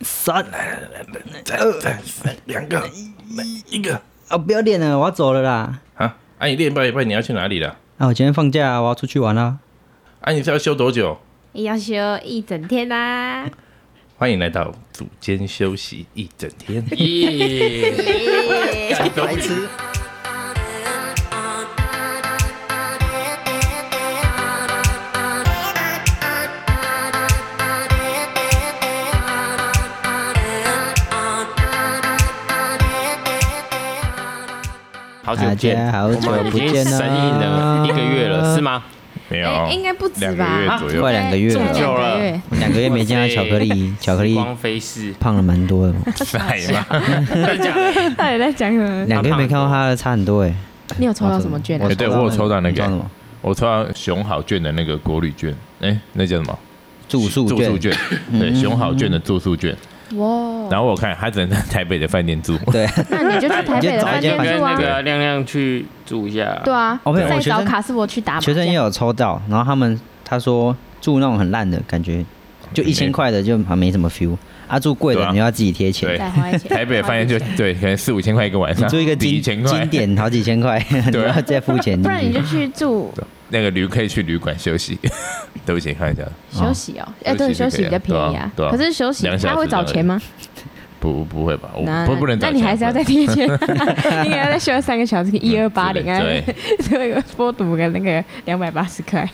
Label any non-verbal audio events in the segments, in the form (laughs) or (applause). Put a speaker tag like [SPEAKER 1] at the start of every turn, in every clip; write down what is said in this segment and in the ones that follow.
[SPEAKER 1] 三、哎
[SPEAKER 2] 二、两
[SPEAKER 3] 哎
[SPEAKER 2] 个，一个
[SPEAKER 1] 啊，不要练了，我要走了啦。
[SPEAKER 2] 啊！啊，你练一半一半，你要去哪里了？
[SPEAKER 1] 啊，我今天放假，我要出去玩啦。
[SPEAKER 2] 啊，你是要休多久？
[SPEAKER 4] 要休一整天啊啦、
[SPEAKER 2] 欢迎来到组间休息一整
[SPEAKER 1] (laughs)
[SPEAKER 2] 天。
[SPEAKER 5] 耶！
[SPEAKER 1] 白痴，
[SPEAKER 5] 好久
[SPEAKER 1] 大
[SPEAKER 5] 不见，
[SPEAKER 1] 家好
[SPEAKER 5] 我
[SPEAKER 1] 久
[SPEAKER 5] 们已
[SPEAKER 1] 不
[SPEAKER 5] 经
[SPEAKER 1] 见哦
[SPEAKER 5] 神隐了一个月了，是
[SPEAKER 1] 吗？
[SPEAKER 5] 吗？
[SPEAKER 2] 没有，
[SPEAKER 4] 哎应该不止吧啊
[SPEAKER 2] 两个月左右
[SPEAKER 1] 快。两个月
[SPEAKER 4] 对
[SPEAKER 5] 这么久
[SPEAKER 1] 了，
[SPEAKER 4] 两个
[SPEAKER 5] 了
[SPEAKER 4] 月
[SPEAKER 1] 两个月没见到巧克
[SPEAKER 5] (laughs)
[SPEAKER 1] 力，巧克力
[SPEAKER 5] 光飞逝，
[SPEAKER 1] 胖了蛮多的。
[SPEAKER 2] 哎呀，
[SPEAKER 4] 到底在讲什么？
[SPEAKER 1] 两个月没看到他，差很多哎。
[SPEAKER 4] 你有抽到什么券啊
[SPEAKER 1] 我
[SPEAKER 3] 哎？对我有抽到那个
[SPEAKER 1] 什么
[SPEAKER 3] 我抽到熊好券的那个国旅券，哎、那叫什么？
[SPEAKER 1] 住宿嗯
[SPEAKER 3] 住宿券，对，熊好券的住宿券。
[SPEAKER 4] 哇，
[SPEAKER 3] 然后我看他只能在台北的饭店住，
[SPEAKER 1] 对，
[SPEAKER 4] 那你就去台北的饭
[SPEAKER 1] 你就找一
[SPEAKER 4] 店
[SPEAKER 1] 间
[SPEAKER 5] 跟
[SPEAKER 4] 住
[SPEAKER 5] 那
[SPEAKER 4] 啊？
[SPEAKER 5] 个亮亮去住一下。
[SPEAKER 4] 对啊，
[SPEAKER 1] 哦没有
[SPEAKER 4] 再
[SPEAKER 1] 我学
[SPEAKER 4] 找
[SPEAKER 1] 生
[SPEAKER 4] 卡斯伯去打麻
[SPEAKER 1] 学
[SPEAKER 4] 将
[SPEAKER 1] 生也。有抽到，然后他们他说住那种很烂的感觉，就一千块的就好像没什么 feel，啊住贵
[SPEAKER 3] 对
[SPEAKER 1] 的
[SPEAKER 3] 啊
[SPEAKER 1] 你又要自己贴钱
[SPEAKER 3] 对，
[SPEAKER 4] 再花一千，
[SPEAKER 3] 台北的饭店就
[SPEAKER 4] 花一千
[SPEAKER 3] 对，可能四五千块一个晚
[SPEAKER 1] 你
[SPEAKER 3] 上，
[SPEAKER 1] 住一个经
[SPEAKER 3] 抵一千块，
[SPEAKER 1] 经典好几千块，你
[SPEAKER 3] 对啊
[SPEAKER 1] 要再付钱
[SPEAKER 4] (laughs) 不
[SPEAKER 1] 进
[SPEAKER 4] 然你
[SPEAKER 1] 去
[SPEAKER 4] 就。去
[SPEAKER 1] 哦
[SPEAKER 4] 住
[SPEAKER 3] 那个旅可以去旅馆休息。对不起，看一下，
[SPEAKER 4] 休息哦。哎，对，休
[SPEAKER 3] 休
[SPEAKER 4] 息
[SPEAKER 3] 息
[SPEAKER 4] 比
[SPEAKER 3] 就可以了
[SPEAKER 4] 较便宜啊。
[SPEAKER 3] 对啊对啊
[SPEAKER 4] 可是休息
[SPEAKER 3] 两小
[SPEAKER 4] 他
[SPEAKER 3] 时
[SPEAKER 4] 会找钱吗？
[SPEAKER 3] 不不会吧？我
[SPEAKER 4] 那
[SPEAKER 3] 不不能找
[SPEAKER 4] 那
[SPEAKER 3] 钱，
[SPEAKER 4] 你还是要再贴钱， (laughs) 应该要再休三个小时，一二八
[SPEAKER 3] 对
[SPEAKER 4] 零啊，
[SPEAKER 3] 对，
[SPEAKER 4] (laughs) 这个剥夺个那个两百八十
[SPEAKER 1] (laughs)
[SPEAKER 4] 块，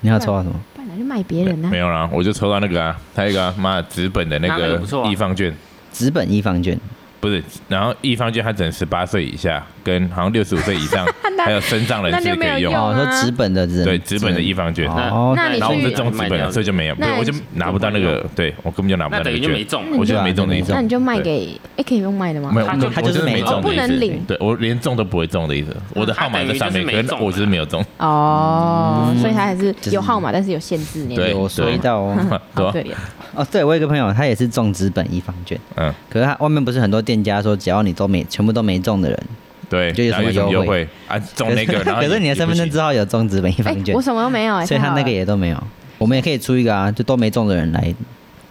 [SPEAKER 1] 你要抽到什么？
[SPEAKER 4] 不然拿去卖别人啊
[SPEAKER 3] 没。有啦，我就抽到那个啊，他一个啊妈的纸本的那
[SPEAKER 5] 那个
[SPEAKER 3] 个
[SPEAKER 5] 不错啊
[SPEAKER 3] 易放券，
[SPEAKER 1] 纸本一方券，
[SPEAKER 3] 不是，然后易放券他只能十八岁以下，跟好像六十五岁以上，还有身障人
[SPEAKER 4] 那
[SPEAKER 3] 士
[SPEAKER 4] 就没有
[SPEAKER 3] 可以用
[SPEAKER 4] 用。
[SPEAKER 1] 哦，
[SPEAKER 4] 啊
[SPEAKER 1] 说纸本的纸，
[SPEAKER 3] 对，纸本的
[SPEAKER 1] 只能
[SPEAKER 3] 易放券。
[SPEAKER 1] 哦
[SPEAKER 5] 那
[SPEAKER 4] 那你
[SPEAKER 3] 然后我
[SPEAKER 4] 去
[SPEAKER 3] 是中资本
[SPEAKER 5] 那
[SPEAKER 3] 的，所以就没有，不是
[SPEAKER 4] 那
[SPEAKER 3] 我就拿不到那个，对我根本就拿不到那
[SPEAKER 5] 那等于
[SPEAKER 3] 个
[SPEAKER 5] 就没
[SPEAKER 3] 券，
[SPEAKER 5] 中
[SPEAKER 3] 我
[SPEAKER 5] 了。
[SPEAKER 3] 就没中的意思。
[SPEAKER 4] 那你就卖
[SPEAKER 3] 对
[SPEAKER 4] 给，哎，可以用卖的吗？
[SPEAKER 3] 没有，
[SPEAKER 5] 他就
[SPEAKER 3] 我就是没
[SPEAKER 1] 哦
[SPEAKER 3] 中
[SPEAKER 4] 不
[SPEAKER 3] 的意
[SPEAKER 4] 能
[SPEAKER 3] 思
[SPEAKER 4] 领
[SPEAKER 3] 对我连中都不会中的意思。我的号码在上面，
[SPEAKER 5] 他等于就是
[SPEAKER 3] 可
[SPEAKER 5] 没中
[SPEAKER 3] 是我就是没有中，
[SPEAKER 4] 哦，所以它还是
[SPEAKER 1] 是
[SPEAKER 4] 有号码，但是有限制。你
[SPEAKER 3] 嗯对
[SPEAKER 1] 有
[SPEAKER 3] 对
[SPEAKER 1] 收到哦。
[SPEAKER 4] 好
[SPEAKER 3] 对啊
[SPEAKER 4] 可
[SPEAKER 3] 吧？
[SPEAKER 4] 怜。
[SPEAKER 1] (laughs) 哦，对我有一个朋友，他也是中纸本一方券，
[SPEAKER 3] 嗯，
[SPEAKER 1] 可是他外面不是很多店家说，只要你都没全部都没中的人，
[SPEAKER 3] 对，
[SPEAKER 1] 就有
[SPEAKER 3] 然后
[SPEAKER 1] 什么
[SPEAKER 3] 有什么
[SPEAKER 1] 优
[SPEAKER 3] 优
[SPEAKER 1] 惠
[SPEAKER 3] 惠啊？中
[SPEAKER 1] 可
[SPEAKER 3] 那
[SPEAKER 1] 是 (laughs)
[SPEAKER 3] 个，然后
[SPEAKER 1] 可是你的身份证
[SPEAKER 3] 知
[SPEAKER 1] 字号有中纸本一
[SPEAKER 4] 哎
[SPEAKER 1] 方， (laughs) 券
[SPEAKER 4] 我，什么都没有哎，
[SPEAKER 1] 所以
[SPEAKER 4] 太
[SPEAKER 1] 他
[SPEAKER 4] 好
[SPEAKER 1] 那个
[SPEAKER 4] 了
[SPEAKER 1] 也都没有。我们也可以出一个啊，就都没中的人来，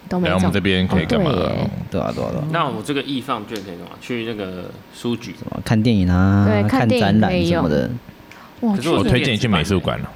[SPEAKER 4] 都没
[SPEAKER 3] 然后
[SPEAKER 4] 中。
[SPEAKER 3] 我们这边可以干嘛
[SPEAKER 4] 哦？对耶
[SPEAKER 1] 对啊对啊对啊，
[SPEAKER 5] 那我这个易放券可以干嘛？去那个
[SPEAKER 4] (laughs)
[SPEAKER 5] 书局。
[SPEAKER 1] 什么看电影啊
[SPEAKER 4] 对，看
[SPEAKER 1] 看
[SPEAKER 4] 电影
[SPEAKER 1] 展览
[SPEAKER 4] 可以
[SPEAKER 1] 什么的，
[SPEAKER 4] 哇
[SPEAKER 5] 可是
[SPEAKER 4] 去
[SPEAKER 3] 我
[SPEAKER 5] 我
[SPEAKER 3] 推荐你去美术馆了，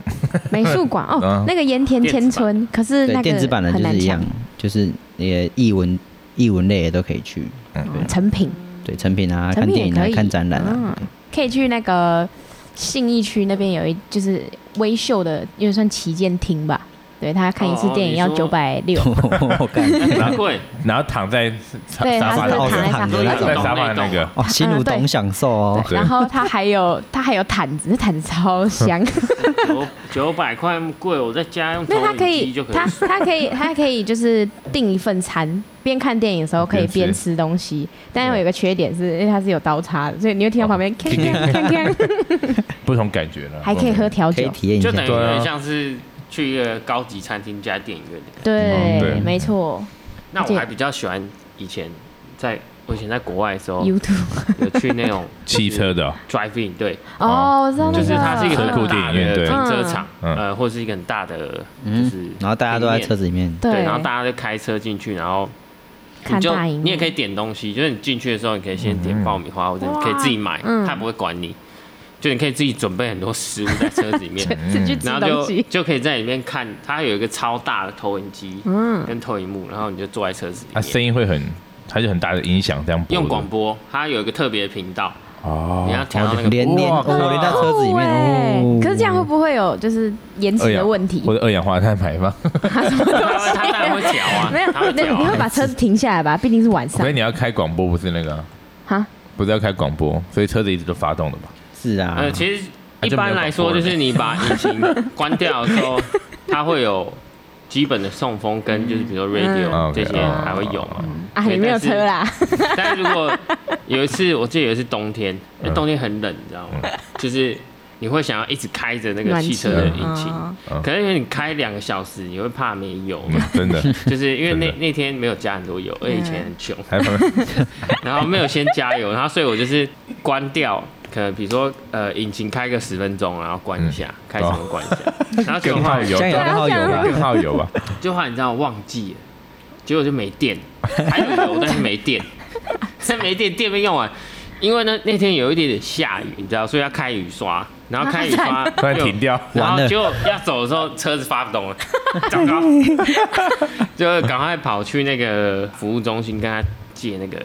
[SPEAKER 4] 美术馆哦
[SPEAKER 3] 嗯，
[SPEAKER 4] 那个盐田千春，可是
[SPEAKER 1] 对，
[SPEAKER 4] 那个
[SPEAKER 1] 电子版的
[SPEAKER 4] 很
[SPEAKER 1] 就是
[SPEAKER 4] 难
[SPEAKER 1] 一样
[SPEAKER 4] 抢，，
[SPEAKER 1] 就是也译文译文类也都可以去，
[SPEAKER 4] 哦成品
[SPEAKER 1] 对，成品啊，
[SPEAKER 4] 成
[SPEAKER 1] 看
[SPEAKER 4] 品
[SPEAKER 1] 电
[SPEAKER 4] 也
[SPEAKER 1] 影
[SPEAKER 4] 可
[SPEAKER 1] 啊
[SPEAKER 4] 以，
[SPEAKER 1] 看展览啊，
[SPEAKER 4] 嗯，可以去那个信义区那边有一就是微秀的，因为算旗舰厅吧。对他看一次
[SPEAKER 5] 哦
[SPEAKER 4] 电影
[SPEAKER 5] 你
[SPEAKER 4] 要九
[SPEAKER 5] 说
[SPEAKER 4] 百
[SPEAKER 1] (laughs)
[SPEAKER 4] 六，
[SPEAKER 1] 我干，
[SPEAKER 5] 难怪
[SPEAKER 3] 然后躺在沙
[SPEAKER 4] 对，
[SPEAKER 3] 沙
[SPEAKER 4] 他
[SPEAKER 3] 发
[SPEAKER 4] 是
[SPEAKER 1] 上
[SPEAKER 4] 躺在
[SPEAKER 1] 哦
[SPEAKER 4] 上
[SPEAKER 1] 躺着
[SPEAKER 3] 躺
[SPEAKER 4] 面，而且
[SPEAKER 3] 在沙发那个，
[SPEAKER 1] 哦，心如
[SPEAKER 4] 嗯对
[SPEAKER 1] 懂享受哦，
[SPEAKER 3] 对
[SPEAKER 4] 然后他还有他还有毯子，那毯子超香。
[SPEAKER 3] (laughs)
[SPEAKER 5] 九九百块那么贵，我在家用投
[SPEAKER 4] 没有，他可
[SPEAKER 5] 影
[SPEAKER 4] 以
[SPEAKER 5] 机就可，以
[SPEAKER 4] 他他可以，他可以就是订一份餐， (laughs) 边看电影的时候可以
[SPEAKER 3] 边吃
[SPEAKER 4] 边吃东西。但是有个缺点是，因为它是有刀叉的，所以你会听到
[SPEAKER 1] 哦
[SPEAKER 4] 旁边锵锵锵
[SPEAKER 1] (laughs)
[SPEAKER 4] 锵，
[SPEAKER 3] 不同感觉了。
[SPEAKER 4] 还可以喝调
[SPEAKER 1] 可以
[SPEAKER 4] 酒。
[SPEAKER 1] 体验一
[SPEAKER 5] 就
[SPEAKER 1] 下，
[SPEAKER 5] 等于
[SPEAKER 3] 对
[SPEAKER 5] 有
[SPEAKER 3] 啊
[SPEAKER 5] 点像是去一个高级餐厅加电影院的感觉。
[SPEAKER 1] 哦
[SPEAKER 3] 嗯
[SPEAKER 4] 对
[SPEAKER 3] 对，
[SPEAKER 4] 没错。
[SPEAKER 5] 那
[SPEAKER 4] 而且
[SPEAKER 5] 我还比较喜欢以前在我以前在国外的时候，
[SPEAKER 4] YouTube
[SPEAKER 5] 有去那种
[SPEAKER 3] 汽车的哦，
[SPEAKER 5] drive in，对，
[SPEAKER 4] 哦，我知道那
[SPEAKER 5] 就是它是一个
[SPEAKER 4] 个
[SPEAKER 5] 很大的停车场，
[SPEAKER 3] 嗯
[SPEAKER 5] 呃，或是一个很大的，就
[SPEAKER 1] 嗯
[SPEAKER 5] 是平面
[SPEAKER 1] 然后大家都在车。子里面，
[SPEAKER 5] 对，
[SPEAKER 4] 对，
[SPEAKER 5] 然后大家就开车进去，然后
[SPEAKER 4] 看
[SPEAKER 5] 你就
[SPEAKER 4] 大荧幕
[SPEAKER 5] 你也可以点东西，就是你进去的时候，你可以先点爆米花，或者你可以自己买，
[SPEAKER 4] 嗯
[SPEAKER 5] 他不会管你，就你可以自己准备很多食物在车子里面，
[SPEAKER 4] (laughs) 自己去 (laughs) 吃
[SPEAKER 5] 然后
[SPEAKER 4] 东
[SPEAKER 5] 就
[SPEAKER 4] 西。
[SPEAKER 5] 就可以在里面看，它有一个超大的投影机，
[SPEAKER 4] 嗯
[SPEAKER 5] 跟投影幕，然后你就坐在车子
[SPEAKER 3] 它
[SPEAKER 5] 里面，
[SPEAKER 3] 啊声音会很，它就很大的音响这样播的。
[SPEAKER 5] 用广播，它有一个特别的频道，
[SPEAKER 3] 哦，
[SPEAKER 5] 你要调到那个
[SPEAKER 1] 连连
[SPEAKER 3] 哇
[SPEAKER 1] 哦
[SPEAKER 3] 靠
[SPEAKER 1] 连到车子里面，
[SPEAKER 4] 对
[SPEAKER 1] 哦，哎
[SPEAKER 4] 可是这样会不会有就是延迟的问题？
[SPEAKER 3] 或者二氧化碳排放。 (laughs)
[SPEAKER 5] 它会它当然会调啊，
[SPEAKER 4] (laughs) 没有，
[SPEAKER 5] 它会
[SPEAKER 4] 那
[SPEAKER 5] 调
[SPEAKER 4] 你
[SPEAKER 5] 啊
[SPEAKER 4] 会把车子停下来吧？毕竟是晚
[SPEAKER 3] 所
[SPEAKER 4] 上
[SPEAKER 3] 以你要开广播，不是那个啊，
[SPEAKER 4] 哈，
[SPEAKER 3] 不是要开广播，所以车子一直都发动的吧？
[SPEAKER 1] 是啊
[SPEAKER 5] 呃，，其实一般来说，就是你把引擎
[SPEAKER 3] (laughs)
[SPEAKER 5] 关掉的时候，它会有基本的送风跟就是比如说 radio
[SPEAKER 3] 嗯
[SPEAKER 5] 这些
[SPEAKER 3] OK，嗯
[SPEAKER 5] 还会有嘛。
[SPEAKER 4] 啊，
[SPEAKER 5] 对
[SPEAKER 4] 你没有车啦。
[SPEAKER 5] (laughs) 但是如果有一次，我记得有一次冬天，
[SPEAKER 3] 嗯
[SPEAKER 5] 因为冬天很冷，你知道吗？就是你会想要一直开着那个
[SPEAKER 4] 暖气
[SPEAKER 5] 汽车的引
[SPEAKER 4] 哦
[SPEAKER 5] 擎，可能因为你开两个小时，你会怕没油嘛
[SPEAKER 3] 嗯，真的，
[SPEAKER 5] 就是因为那
[SPEAKER 3] 真的
[SPEAKER 5] 那天没有加很多油，而且以前很穷，
[SPEAKER 3] 还旁边
[SPEAKER 5] 然后没有先加油，然后所以我就是关掉，可能比如说呃引擎开个十分钟，然后关一下，开什么关一下，然后结果
[SPEAKER 3] 嗯更
[SPEAKER 5] 后
[SPEAKER 3] 耗
[SPEAKER 5] 来
[SPEAKER 3] 油，
[SPEAKER 1] 啊这样有更耗油吧？
[SPEAKER 3] 更耗油吧？
[SPEAKER 5] 就后来你知道忘记了，结果就没电，还有油但是没电，这没电电被用完，因为呢那天有一点点下雨，你知道，所以要开雨刷，然后开雨刷
[SPEAKER 3] 突然
[SPEAKER 5] 就
[SPEAKER 3] 停掉
[SPEAKER 5] 然
[SPEAKER 1] 完
[SPEAKER 5] 后
[SPEAKER 1] 了
[SPEAKER 5] 就要走的时候车子发不动了，糟糕，就赶快跑去那个服务中心跟他借那个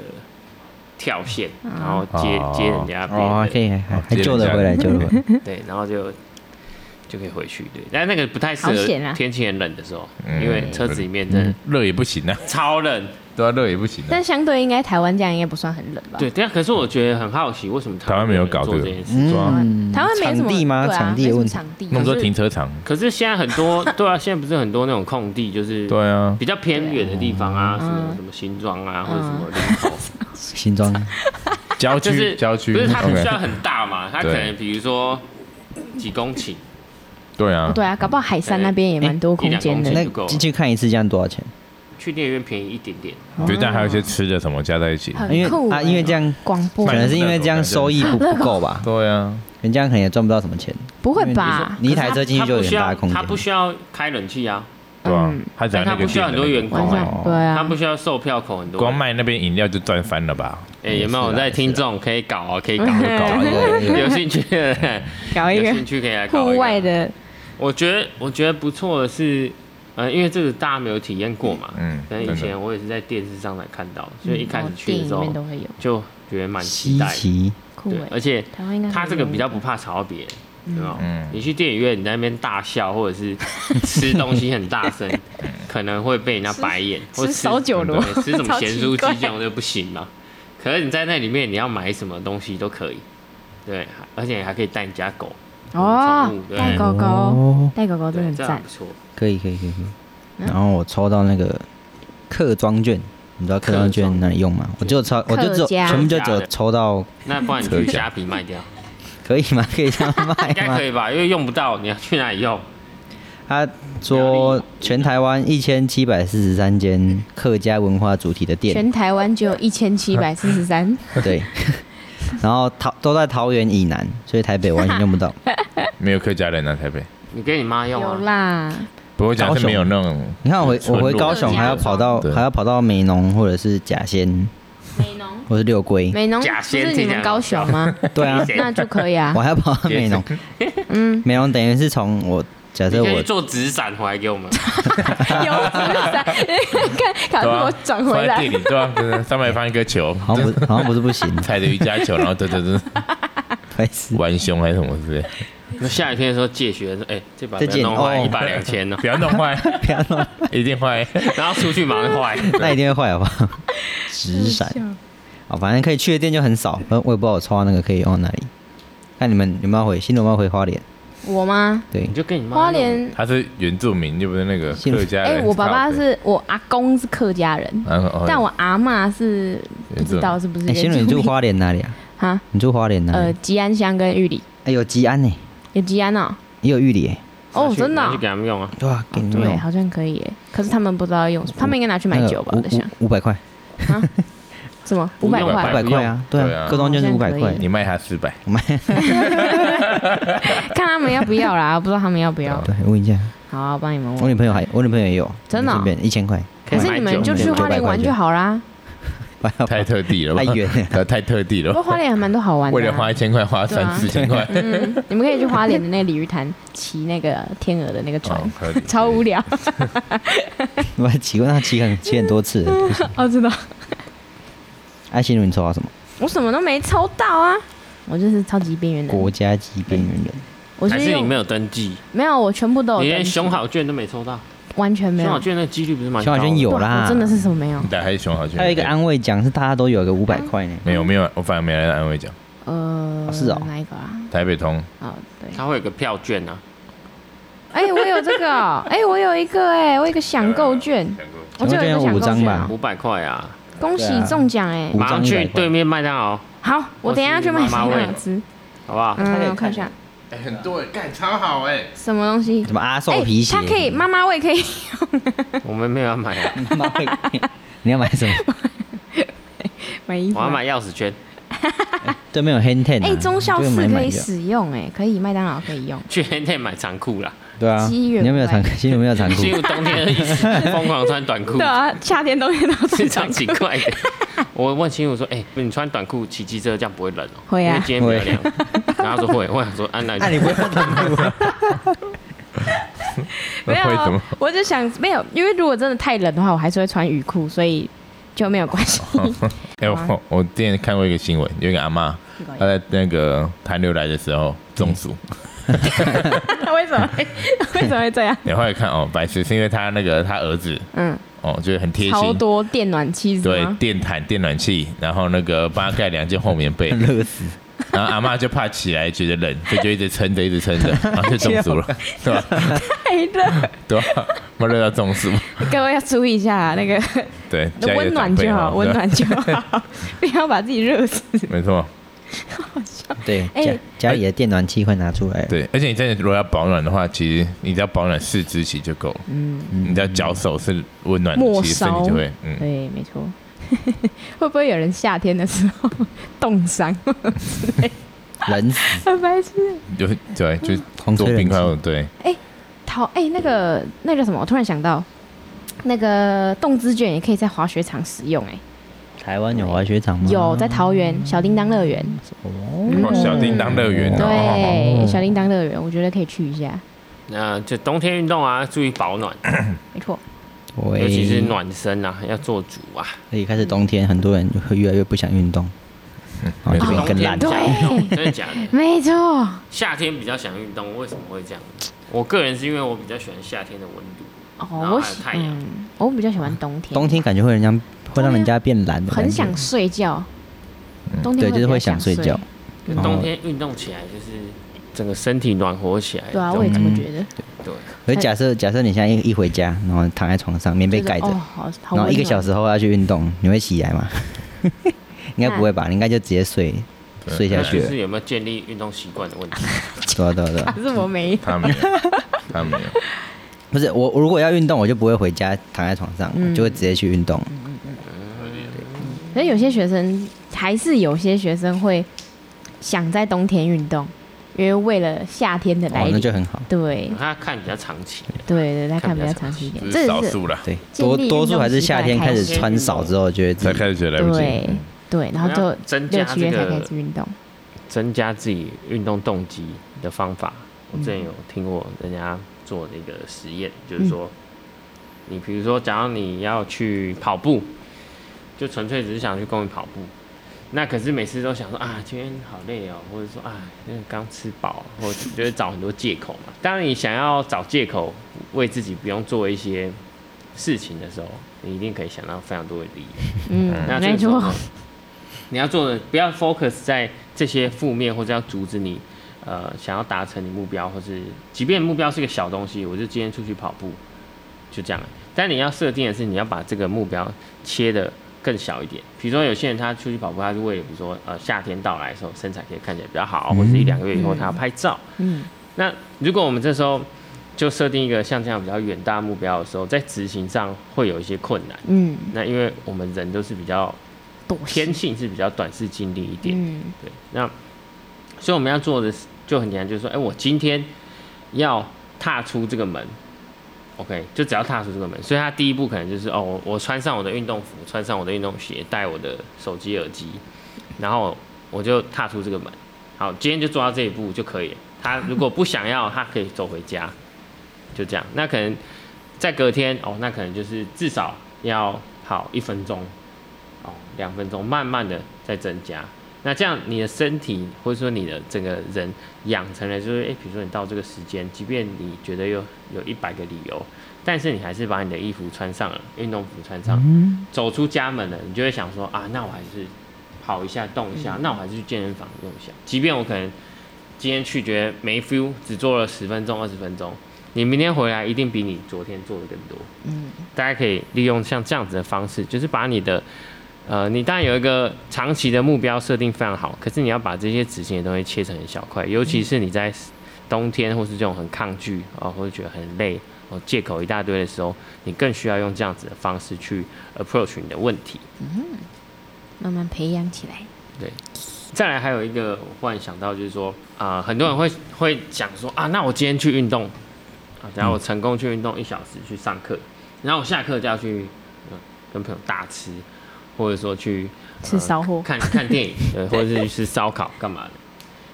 [SPEAKER 5] 跳线，然后接
[SPEAKER 3] 哦
[SPEAKER 5] 接人家别
[SPEAKER 1] 哦，还
[SPEAKER 5] 人
[SPEAKER 1] 可
[SPEAKER 5] 的，
[SPEAKER 1] 以，还还
[SPEAKER 3] 哦
[SPEAKER 1] 还救得
[SPEAKER 5] (laughs)
[SPEAKER 1] 回来，救得回来。
[SPEAKER 5] 对，然后就。就可以回去，对，但那个不太适
[SPEAKER 4] 好险
[SPEAKER 5] 合
[SPEAKER 4] 啊
[SPEAKER 5] 天气很冷的时候，
[SPEAKER 3] 嗯
[SPEAKER 5] 因为车子里面真的
[SPEAKER 3] 热也不行啊，
[SPEAKER 5] 超冷，
[SPEAKER 3] 对啊，热也不行啊
[SPEAKER 4] 但。相对应该台湾这样应该不算很冷吧？
[SPEAKER 5] 对，但可是我觉得很好奇，为什么
[SPEAKER 3] 台湾没有搞
[SPEAKER 5] 做
[SPEAKER 3] 这
[SPEAKER 5] 这
[SPEAKER 3] 个
[SPEAKER 5] 件事？
[SPEAKER 3] 对啊
[SPEAKER 1] 嗯，
[SPEAKER 4] 台湾没什么
[SPEAKER 1] 场地吗？
[SPEAKER 4] 对啊
[SPEAKER 1] 场地的
[SPEAKER 4] 没
[SPEAKER 1] 问题
[SPEAKER 4] 什么，场地
[SPEAKER 3] 弄个停车场，
[SPEAKER 5] 可是现在很
[SPEAKER 1] (laughs)
[SPEAKER 5] 多，对啊，现在不是很多那种空地，就是
[SPEAKER 3] 对啊，
[SPEAKER 1] 嗯
[SPEAKER 5] 比较偏远的地方啊，什么
[SPEAKER 4] 嗯
[SPEAKER 5] 什么新庄啊，或者什么林口，
[SPEAKER 1] 新庄
[SPEAKER 3] 郊
[SPEAKER 5] 啊就是
[SPEAKER 3] 区郊区
[SPEAKER 5] 不是它不需
[SPEAKER 3] OK，
[SPEAKER 5] 要很大嘛，它可
[SPEAKER 3] 对
[SPEAKER 5] 能比如说几公顷，
[SPEAKER 3] 对啊，
[SPEAKER 4] 对啊，搞不好海山那边也蛮多空间
[SPEAKER 5] 哎一两公
[SPEAKER 4] 的
[SPEAKER 1] 那
[SPEAKER 5] 不够
[SPEAKER 1] 进去看一次这样多少钱？
[SPEAKER 5] 去电影院便宜一点点。
[SPEAKER 3] 我觉得还有一些吃的什么加在一起，
[SPEAKER 4] 啊很
[SPEAKER 1] 因
[SPEAKER 4] 酷
[SPEAKER 1] 为啊，
[SPEAKER 4] 哎
[SPEAKER 1] 因为这样，
[SPEAKER 4] 广播
[SPEAKER 1] 可
[SPEAKER 3] 买
[SPEAKER 1] 能是因为这样收益
[SPEAKER 4] (laughs)
[SPEAKER 1] 不不够吧，
[SPEAKER 3] 对啊，
[SPEAKER 1] 人家可能也赚不到什么钱。
[SPEAKER 4] 不会吧？
[SPEAKER 1] 你一台车进
[SPEAKER 5] 它
[SPEAKER 1] 去就有
[SPEAKER 5] 不需
[SPEAKER 1] 点大
[SPEAKER 5] 要，
[SPEAKER 1] 的空
[SPEAKER 5] 它不
[SPEAKER 1] 间。
[SPEAKER 5] 需要开冷气啊，
[SPEAKER 3] 对啊
[SPEAKER 4] 嗯，
[SPEAKER 3] 他只要那个
[SPEAKER 5] 但他不需要很多员工
[SPEAKER 4] 完
[SPEAKER 5] 啊
[SPEAKER 3] 店
[SPEAKER 4] 全
[SPEAKER 3] 的
[SPEAKER 4] 对
[SPEAKER 3] 哦
[SPEAKER 5] 它
[SPEAKER 4] 啊
[SPEAKER 5] 不，需要售票口很多。
[SPEAKER 3] 光卖那边饮料就赚翻了吧？
[SPEAKER 5] 哎，有没有
[SPEAKER 1] 嗯也是啊
[SPEAKER 5] 在听众可以搞啊？可
[SPEAKER 1] (laughs)
[SPEAKER 5] 以搞就
[SPEAKER 1] 有
[SPEAKER 5] 搞
[SPEAKER 1] 有有有
[SPEAKER 5] 啊，有兴趣的
[SPEAKER 1] (laughs)
[SPEAKER 4] 搞一
[SPEAKER 5] 有
[SPEAKER 4] 个
[SPEAKER 5] 兴趣可以来搞一
[SPEAKER 4] 户
[SPEAKER 5] 个
[SPEAKER 4] 外的，
[SPEAKER 5] 我觉得我觉得不错的是，呃，因为这个大家没有体验过嘛，
[SPEAKER 3] 嗯
[SPEAKER 5] 可能以
[SPEAKER 3] 真的
[SPEAKER 5] 前我也是在电视上才看到，所以一开始
[SPEAKER 4] 嗯
[SPEAKER 5] 去
[SPEAKER 4] 电
[SPEAKER 5] 的
[SPEAKER 4] 影
[SPEAKER 5] 时
[SPEAKER 4] 里
[SPEAKER 5] 候
[SPEAKER 4] 面都会有
[SPEAKER 5] 就觉得蛮期
[SPEAKER 1] 稀
[SPEAKER 5] 待的，
[SPEAKER 1] 奇，
[SPEAKER 4] 酷
[SPEAKER 5] 对，而
[SPEAKER 4] 哎。
[SPEAKER 5] 且
[SPEAKER 4] 台湾应该
[SPEAKER 5] 他这个比较
[SPEAKER 4] 很
[SPEAKER 5] 不怕吵到别人，对吧？
[SPEAKER 3] 嗯
[SPEAKER 5] 你去电影院，你在那边大笑或者是吃东西很大声，可能会被人家白眼，或
[SPEAKER 4] 多人吃烧酒
[SPEAKER 5] 对
[SPEAKER 4] 螺，
[SPEAKER 5] 吃什么
[SPEAKER 4] 超
[SPEAKER 5] 咸
[SPEAKER 4] 奇
[SPEAKER 5] 酥
[SPEAKER 4] 怪
[SPEAKER 5] 鸡这种就不行嘛。可是你在那里面，你要买什么东西都可以，对，而且你还可以带你家狗，
[SPEAKER 4] 哦
[SPEAKER 5] 宠物，对
[SPEAKER 4] 带狗狗
[SPEAKER 1] 哦，
[SPEAKER 4] 带狗狗真
[SPEAKER 5] 对
[SPEAKER 4] 的，很
[SPEAKER 5] 这样
[SPEAKER 4] 赞
[SPEAKER 5] 不。错。
[SPEAKER 1] 可以可以可以可
[SPEAKER 4] 嗯
[SPEAKER 1] 以。然后我抽到那个客庄券，你知道客庄券哪里用吗？我就抽，我就只有
[SPEAKER 4] 客家
[SPEAKER 1] 全部就只有抽到，
[SPEAKER 5] 那不然你
[SPEAKER 1] 啊
[SPEAKER 5] 去虾皮卖掉，
[SPEAKER 4] (laughs)
[SPEAKER 1] 可以吗？可以这样卖
[SPEAKER 5] 应该
[SPEAKER 1] 吗
[SPEAKER 5] 可？以吧？因为用不到，你要去哪里用？
[SPEAKER 1] 他说，全台湾一千七百四十三间客家文化主题的店，
[SPEAKER 4] 全台湾只有一千七百四十三，
[SPEAKER 1] 对，
[SPEAKER 4] (laughs)
[SPEAKER 1] 然后桃都在桃园以南，所以台北完全用不
[SPEAKER 4] (laughs)
[SPEAKER 1] 到。
[SPEAKER 3] 没有客家人啊，台北。
[SPEAKER 5] 你给你 (laughs) 妈用
[SPEAKER 4] 有
[SPEAKER 5] 啊？
[SPEAKER 4] 啦，
[SPEAKER 3] 不过讲是没有那种，
[SPEAKER 1] 你看我回我回高雄还要跑到
[SPEAKER 3] 对
[SPEAKER 1] 还要跑到美浓或者是甲仙
[SPEAKER 4] 美浓，
[SPEAKER 1] 或是六龟，
[SPEAKER 4] 美浓
[SPEAKER 5] 假啊
[SPEAKER 4] 不
[SPEAKER 5] 仙
[SPEAKER 4] 是你
[SPEAKER 5] 听起
[SPEAKER 4] 们
[SPEAKER 5] 来
[SPEAKER 4] 高雄
[SPEAKER 5] (laughs)
[SPEAKER 4] 吗？
[SPEAKER 1] 对啊，
[SPEAKER 5] 谁
[SPEAKER 4] 那就可以啊
[SPEAKER 1] 我。还要跑到美浓，
[SPEAKER 4] 嗯，
[SPEAKER 1] 美浓等于是从我假
[SPEAKER 5] 你
[SPEAKER 1] 设
[SPEAKER 5] 可以
[SPEAKER 1] 我
[SPEAKER 5] 做纸伞回来给我
[SPEAKER 4] (laughs)
[SPEAKER 5] 们，
[SPEAKER 4] (laughs) 有伞， (laughs)
[SPEAKER 3] 对
[SPEAKER 4] 看卡住
[SPEAKER 3] 啊
[SPEAKER 4] 我，转回
[SPEAKER 3] 放在
[SPEAKER 4] 来
[SPEAKER 3] 地。里对啊，真的上面放一个球，
[SPEAKER 1] 好像不好像不是不行，
[SPEAKER 3] 踩着瑜伽球，然后 (laughs) 对对对，
[SPEAKER 1] 还是
[SPEAKER 3] 弯胸还是什么之类，
[SPEAKER 5] 那下雨天的时候借学说，哎，这把
[SPEAKER 1] 这
[SPEAKER 5] 不要
[SPEAKER 1] 件
[SPEAKER 5] 弄坏
[SPEAKER 1] 哦
[SPEAKER 5] 一把两千呢，
[SPEAKER 3] 不要弄坏，
[SPEAKER 1] 不要弄，
[SPEAKER 3] 一定坏。
[SPEAKER 5] 然后出去马上坏。
[SPEAKER 1] (laughs) 那一定会坏好不好？纸伞啊，反正可以去的店就很少，我我也不知道我抽到那个可以用到哪里。看你们有没有回，新的有没有回花莲？
[SPEAKER 4] 我吗？
[SPEAKER 1] 对
[SPEAKER 5] 你，就跟你妈
[SPEAKER 4] 花
[SPEAKER 5] 弄
[SPEAKER 4] 莲，
[SPEAKER 3] 他是原住民，又不是那个客家
[SPEAKER 4] 哎，
[SPEAKER 3] 人。哎哦
[SPEAKER 4] 我爸爸是我阿公是客家人，
[SPEAKER 3] 然后，
[SPEAKER 4] 但我阿嬷是不知道是不是
[SPEAKER 1] 哎，
[SPEAKER 4] 原
[SPEAKER 1] 新人你
[SPEAKER 4] 住
[SPEAKER 1] 住
[SPEAKER 4] 民
[SPEAKER 1] 花莲哪里啊？
[SPEAKER 4] 哈？
[SPEAKER 1] 你住花莲哪
[SPEAKER 4] 呃，
[SPEAKER 1] 里？
[SPEAKER 4] 吉安乡跟玉里
[SPEAKER 1] 哎，有吉安呢，
[SPEAKER 4] 有吉安哦，
[SPEAKER 1] 也有玉里耶，
[SPEAKER 4] 哦
[SPEAKER 5] 拿，去
[SPEAKER 4] 真的
[SPEAKER 5] 拿
[SPEAKER 4] 哦
[SPEAKER 5] 去给他们用啊。
[SPEAKER 1] 对啊，给你们
[SPEAKER 4] 对，
[SPEAKER 1] 用
[SPEAKER 4] 好像可以耶。可是他们不知道要用什么，他们应该拿去买
[SPEAKER 1] 那个
[SPEAKER 4] 酒吧？
[SPEAKER 1] 五
[SPEAKER 4] 我在想
[SPEAKER 1] 五五百块，
[SPEAKER 4] 什么
[SPEAKER 5] 不
[SPEAKER 4] 五
[SPEAKER 5] 用
[SPEAKER 4] 百
[SPEAKER 1] 五
[SPEAKER 4] 块
[SPEAKER 5] 500，
[SPEAKER 1] 百块啊，对
[SPEAKER 3] 对
[SPEAKER 1] 啊
[SPEAKER 3] 啊，
[SPEAKER 1] 各装就是五
[SPEAKER 4] 好
[SPEAKER 1] 百
[SPEAKER 4] 像可以
[SPEAKER 1] 块。
[SPEAKER 3] 你卖他四百，
[SPEAKER 4] 看他们要不要啦，不知道他们要不要。
[SPEAKER 1] 对，问一下，
[SPEAKER 4] 好啊，我帮你们
[SPEAKER 1] 我
[SPEAKER 4] 问。
[SPEAKER 1] 女朋友还我女朋友也有，
[SPEAKER 4] 真的哦
[SPEAKER 1] 一千块，
[SPEAKER 4] 可是你们就去花莲玩就好啦，哦
[SPEAKER 3] 太特地了吧，
[SPEAKER 1] 太远了
[SPEAKER 3] 了， (laughs) 太特地
[SPEAKER 4] 不
[SPEAKER 3] 了
[SPEAKER 4] 过。花莲还蛮多好玩的啊。
[SPEAKER 3] 为了花一千块，花
[SPEAKER 4] 对啊
[SPEAKER 3] 三四千块，
[SPEAKER 4] 嗯，你们可以去花莲的那个鲤鱼潭骑那个天鹅的那个船，
[SPEAKER 3] 哦合理
[SPEAKER 4] 超无聊
[SPEAKER 1] (laughs)
[SPEAKER 4] (laughs)
[SPEAKER 1] 我还骑过，那骑很骑很多
[SPEAKER 4] (laughs)
[SPEAKER 1] 次了。
[SPEAKER 4] 哦，真的，
[SPEAKER 1] 爱心如你抽到什么？
[SPEAKER 4] 我什么都没抽到啊，我就是超级边缘
[SPEAKER 1] 国
[SPEAKER 4] 人，
[SPEAKER 1] 家级边缘人，
[SPEAKER 4] 我
[SPEAKER 5] 还
[SPEAKER 4] 就是是
[SPEAKER 5] 你没
[SPEAKER 4] 有
[SPEAKER 5] 有登记，
[SPEAKER 4] 没有，我全部都有
[SPEAKER 5] 你
[SPEAKER 4] 登记，
[SPEAKER 5] 连熊好券都没抽到，
[SPEAKER 4] 完全没
[SPEAKER 5] 熊
[SPEAKER 4] 有
[SPEAKER 5] 好，券那个几率不是蛮
[SPEAKER 1] 熊
[SPEAKER 5] 高
[SPEAKER 1] 好
[SPEAKER 5] 的？
[SPEAKER 1] 券有
[SPEAKER 4] 对啊
[SPEAKER 1] 啦，
[SPEAKER 4] 我真的是什么没有
[SPEAKER 3] 你，打开熊好去。
[SPEAKER 1] 还有一个安慰奖是大家都有一个五百块呢，
[SPEAKER 3] 没有没有，我反而没来安慰奖。
[SPEAKER 4] 呃，
[SPEAKER 1] 是哦
[SPEAKER 4] 哪一个啊？
[SPEAKER 3] 台北通
[SPEAKER 4] 哦，对，
[SPEAKER 5] 它会有个票券啊，
[SPEAKER 4] 哎，我有这个
[SPEAKER 1] (laughs)
[SPEAKER 4] 哦，哎，我有一个，哎，我有一个享购券，
[SPEAKER 1] 啊
[SPEAKER 4] 我就有一个
[SPEAKER 1] 享购券
[SPEAKER 4] 享购
[SPEAKER 1] 有五张
[SPEAKER 4] 券
[SPEAKER 1] 吧
[SPEAKER 4] 啊，
[SPEAKER 5] 五百块啊，
[SPEAKER 4] 恭喜
[SPEAKER 1] 对啊
[SPEAKER 4] 中奖，哎
[SPEAKER 1] 五，
[SPEAKER 5] 马上
[SPEAKER 1] 张一百
[SPEAKER 5] 去
[SPEAKER 1] 块
[SPEAKER 5] 对面麦当劳，
[SPEAKER 4] 好，我等一下去买
[SPEAKER 5] 我是妈
[SPEAKER 4] 香
[SPEAKER 5] 妈味
[SPEAKER 4] 港吃，
[SPEAKER 5] 好不好？
[SPEAKER 4] 嗯，我看一下
[SPEAKER 3] 哎很多人干超好哎，
[SPEAKER 4] 什么东西
[SPEAKER 1] 什。么阿寿皮鞋，
[SPEAKER 4] 它哎可以妈妈味可以
[SPEAKER 5] 我们没有要买啊，
[SPEAKER 1] 妈会 (laughs) 你要买什么？
[SPEAKER 4] (laughs) 买衣服
[SPEAKER 5] 我
[SPEAKER 4] 啊，
[SPEAKER 5] 要买钥匙圈，
[SPEAKER 1] 对面有 hand ten，
[SPEAKER 4] 哎、
[SPEAKER 1] 啊
[SPEAKER 4] 中校
[SPEAKER 1] 就
[SPEAKER 4] 四
[SPEAKER 1] 买
[SPEAKER 4] 可
[SPEAKER 1] 买
[SPEAKER 4] 以
[SPEAKER 1] 就好
[SPEAKER 4] 使用、哎，可以，麦当劳可以用。
[SPEAKER 5] 去 H&M 买长裤啦。
[SPEAKER 1] 对啊，
[SPEAKER 4] 机缘
[SPEAKER 1] 你有没有
[SPEAKER 4] 外
[SPEAKER 1] 长？新有没有长
[SPEAKER 5] (laughs)
[SPEAKER 1] 裤？
[SPEAKER 5] 进入冬天一直疯狂穿短
[SPEAKER 1] 嗯
[SPEAKER 5] 裤
[SPEAKER 4] 对，
[SPEAKER 5] (laughs)
[SPEAKER 4] 啊，夏天冬天都
[SPEAKER 5] 是
[SPEAKER 4] 是
[SPEAKER 5] 这样奇怪的。我问新武说：“哎、你穿短裤骑机车这样不会冷哦、
[SPEAKER 4] 会啊
[SPEAKER 5] 因为今天比较凉。” (laughs) 然后他说会，我想说啊安娜，
[SPEAKER 1] 那你不会长裤啊？
[SPEAKER 4] 没有
[SPEAKER 3] (laughs) 会怎么
[SPEAKER 4] 啊，我只想没有，因为如果真的太冷的话，我还是会穿雨裤，所以就没有关
[SPEAKER 3] (laughs)
[SPEAKER 4] 系。啊
[SPEAKER 3] 哎、我我之前看过一个新闻，有一个阿妈，她在那个寒流来的时候中暑，
[SPEAKER 4] 为什么会？为什么会这样？
[SPEAKER 3] 然后来看哦，白痴是因为她那个她儿子
[SPEAKER 4] 嗯，
[SPEAKER 3] 哦，就是很贴
[SPEAKER 4] 超
[SPEAKER 3] 心，
[SPEAKER 4] 多电暖气是
[SPEAKER 3] 对，
[SPEAKER 4] 吗？
[SPEAKER 3] 电毯、电暖气，然后那个帮她盖两件厚棉
[SPEAKER 4] (laughs)
[SPEAKER 3] 被，
[SPEAKER 1] 热死！
[SPEAKER 3] 然后阿妈就怕起来觉得冷，所以就一直撑着，一直撑着，然后就中暑
[SPEAKER 4] (laughs)
[SPEAKER 3] 了，对吧？
[SPEAKER 4] 太热，
[SPEAKER 3] 对啊吧？妈热到中暑，
[SPEAKER 4] 各位要注意一下啊那个
[SPEAKER 3] 对， (laughs) 家里的
[SPEAKER 4] 温
[SPEAKER 3] 长
[SPEAKER 4] 暖
[SPEAKER 3] 辈
[SPEAKER 4] 就好，
[SPEAKER 3] 哦
[SPEAKER 4] 温。
[SPEAKER 3] 对吧
[SPEAKER 4] 暖就
[SPEAKER 3] (laughs)
[SPEAKER 4] 好，不要把自己热死。
[SPEAKER 3] 没错，
[SPEAKER 1] 对，
[SPEAKER 4] 哎
[SPEAKER 1] 家家里的电暖气快拿出来了。
[SPEAKER 3] 对，而且你真的如果要保暖的话，其实你只要保暖四肢其实就够了。嗯，你只要脚手是温暖的，
[SPEAKER 4] 末
[SPEAKER 3] 其实身体
[SPEAKER 4] 梢
[SPEAKER 3] 就会嗯。
[SPEAKER 4] 对，哎没错。 (laughs) 会不会有人夏天的时候冻
[SPEAKER 3] (laughs)
[SPEAKER 4] 伤？
[SPEAKER 1] 冷死！
[SPEAKER 4] 很白痴。
[SPEAKER 3] 有对，就
[SPEAKER 1] 狂
[SPEAKER 3] 做
[SPEAKER 1] 吹冷
[SPEAKER 3] 冰块
[SPEAKER 1] 气
[SPEAKER 3] 哦，对，
[SPEAKER 4] 好，哎、那个那个什么，我突然想到，那个动资卷也可以在滑雪场使用、哎。
[SPEAKER 1] 台湾有滑雪场吗？
[SPEAKER 4] 有在桃园小叮当乐园，
[SPEAKER 3] 哦小叮当乐园哦，
[SPEAKER 4] 嗯对，小叮当乐园，我觉得可以去一下，
[SPEAKER 5] 那就冬天运动啊，注意保暖，
[SPEAKER 4] 没错，
[SPEAKER 1] 喂，
[SPEAKER 5] 尤其是暖身啊，要做足啊。
[SPEAKER 1] 所以开始冬天，很多人会越来越不想运动，然后就
[SPEAKER 3] 嗯没
[SPEAKER 1] 变
[SPEAKER 3] 错
[SPEAKER 1] 更烂。
[SPEAKER 5] 冬天不想运动真的假的？
[SPEAKER 4] 没错，
[SPEAKER 5] 夏天比较想运动，为什么会这样？我个人是因为我比较喜欢夏天的温度，然
[SPEAKER 4] 哦，
[SPEAKER 5] 后
[SPEAKER 4] 我
[SPEAKER 5] 还有
[SPEAKER 4] 喜
[SPEAKER 5] 太阳
[SPEAKER 4] 嗯我比较喜欢冬天，
[SPEAKER 1] 冬天感觉会人家会让人家变懒的感觉，嗯
[SPEAKER 4] 很想睡觉，冬
[SPEAKER 1] 对，
[SPEAKER 4] 天
[SPEAKER 1] 就是
[SPEAKER 4] 比较
[SPEAKER 1] 会
[SPEAKER 4] 想
[SPEAKER 1] 想睡觉。哦
[SPEAKER 5] 因为冬天运动起来就是整个身体暖和起来。
[SPEAKER 4] 对啊，
[SPEAKER 5] 这种
[SPEAKER 4] 我也
[SPEAKER 1] 嗯
[SPEAKER 4] 这么觉得，
[SPEAKER 5] 对，
[SPEAKER 1] 可是假设假设你现在一一回家，然后躺在床上，棉被
[SPEAKER 4] 就是
[SPEAKER 1] 盖着
[SPEAKER 4] 哦，，好好
[SPEAKER 1] 然后一个
[SPEAKER 4] 温暖
[SPEAKER 1] 小
[SPEAKER 5] (laughs)
[SPEAKER 1] 时后要去运动，你会起来
[SPEAKER 4] (laughs)
[SPEAKER 1] 吗？应该不会吧？你应该就直接睡
[SPEAKER 3] 对
[SPEAKER 1] 睡下
[SPEAKER 5] 那
[SPEAKER 1] 去
[SPEAKER 5] 就
[SPEAKER 1] 了
[SPEAKER 5] 是。有没有建立运动习惯的问题。
[SPEAKER 1] 对啊对啊对啊
[SPEAKER 4] 可是我没，
[SPEAKER 3] 他没有，他没有，
[SPEAKER 1] 不是我，我如果要运动，我就不会回家躺在床上，
[SPEAKER 4] 嗯
[SPEAKER 1] 我就会直接去运动。
[SPEAKER 4] 可是有些学生还是有些学生会想在冬天运动，因为为了夏天的来
[SPEAKER 1] 哦，那
[SPEAKER 4] 临，
[SPEAKER 1] 就很好。
[SPEAKER 4] 对
[SPEAKER 5] 他看比较长期，
[SPEAKER 4] 对对，他看
[SPEAKER 5] 看
[SPEAKER 4] 比
[SPEAKER 5] 比
[SPEAKER 4] 较
[SPEAKER 5] 较
[SPEAKER 4] 长期一点，
[SPEAKER 3] 只
[SPEAKER 4] (laughs) 这
[SPEAKER 3] 是少
[SPEAKER 4] 是
[SPEAKER 3] 数啦，
[SPEAKER 1] 对，
[SPEAKER 4] 建
[SPEAKER 1] 多
[SPEAKER 4] 立
[SPEAKER 1] 多数还是
[SPEAKER 4] 运动习惯
[SPEAKER 1] 夏天
[SPEAKER 4] 开
[SPEAKER 1] 开始
[SPEAKER 4] 始
[SPEAKER 1] 穿少之后，觉得自
[SPEAKER 3] 才
[SPEAKER 1] 己
[SPEAKER 3] 开始觉得来不及。
[SPEAKER 4] 对对，然后
[SPEAKER 5] 我
[SPEAKER 4] 就
[SPEAKER 5] 要增
[SPEAKER 4] 六
[SPEAKER 5] 加
[SPEAKER 4] 七月
[SPEAKER 5] 这
[SPEAKER 4] 才
[SPEAKER 5] 个
[SPEAKER 4] 开始运动，
[SPEAKER 5] 增加自己运动动机的方法。我
[SPEAKER 4] 嗯
[SPEAKER 5] 之前有听过人家做的一个实验，就是说，你比如说，假如你要去跑步，就纯粹只是想去公园跑步，那可是每次都想说啊，今天好累哦，或者说啊，因为刚吃饱，或者就会找很多借口
[SPEAKER 4] (laughs)
[SPEAKER 5] 嘛。当你想要找借口为自己不用做一些事情的时候，你一定可以想到非常多的理由。
[SPEAKER 4] 嗯，
[SPEAKER 5] 那这
[SPEAKER 4] 没
[SPEAKER 5] 个时候
[SPEAKER 4] 错
[SPEAKER 5] 呢，，你要做的不要 focus 在这些负面或者要阻止你，呃，想要达成你目标，或是即便目标是个小东西，我就今天出去跑步，就这样。但你要设定的是，你要把这个目标切的更小一点。比如说，有些人他出去跑步，他是为了比如说，呃，夏天到来的时候身材可以看起来比较好，或者是一两个月以后他要拍照。
[SPEAKER 4] 嗯，
[SPEAKER 5] 那如果我们这时候就设定一个像这样比较远大的目标的时候，在执行上会有一些困难。
[SPEAKER 4] 嗯，
[SPEAKER 5] 那因为我们人都是比较
[SPEAKER 4] 躲
[SPEAKER 5] 天性是比较短视经历一点，
[SPEAKER 4] 嗯
[SPEAKER 5] 对。那所以我们要做的是就很简单，就是说，哎、我今天要踏出这个门，OK，就只要踏出这个门。所以他第一步可能就是，哦，我我穿上我的运动服，穿上我的运动鞋，戴我的手机耳机，然后我就踏出这个门。好，今天就做到这一步就可以了。他如果不想要，他可以走回家，就这样。那可能在隔天哦，那可能就是至少要跑一分钟，哦，两分钟，慢慢的再增加。那这样你的身体或者说你的整个人养成了，就是诶，哎比如说你到这个时间，即便你觉得有有一百个理由，但是你还是把你的衣服穿上了，运动服穿上了，走出家门了，你就会想说啊，那我还是跑一下动一下，那我还是去健身房用一下，即便我可能今天去觉得没 feel，只做了十分钟二十分钟，你明天回来一定比你昨天做的更多。
[SPEAKER 4] 嗯，
[SPEAKER 5] 大家可以利用像这样子的方式，就是把你的，呃，你当然有一个长期的目标设定非常好，可是你要把这些执行的东西切成很小块，尤其是你在冬天或是这种很抗拒啊、或者觉得很累哦，借口一大堆的时候，你更需要用这样子的方式去 approach 你的问题。
[SPEAKER 4] 慢慢培养起来，
[SPEAKER 5] 再来还有一个，我忽然想到就是说，啊、很多人会会讲说啊，那我今天去运动，啊然后我成功去运动一小时去上课，然后我下课就要去、呃跟朋友大吃，或者说去
[SPEAKER 4] 吃烧货
[SPEAKER 5] 呃看 (laughs) 看电影，对，或者是去吃烧烤干嘛的。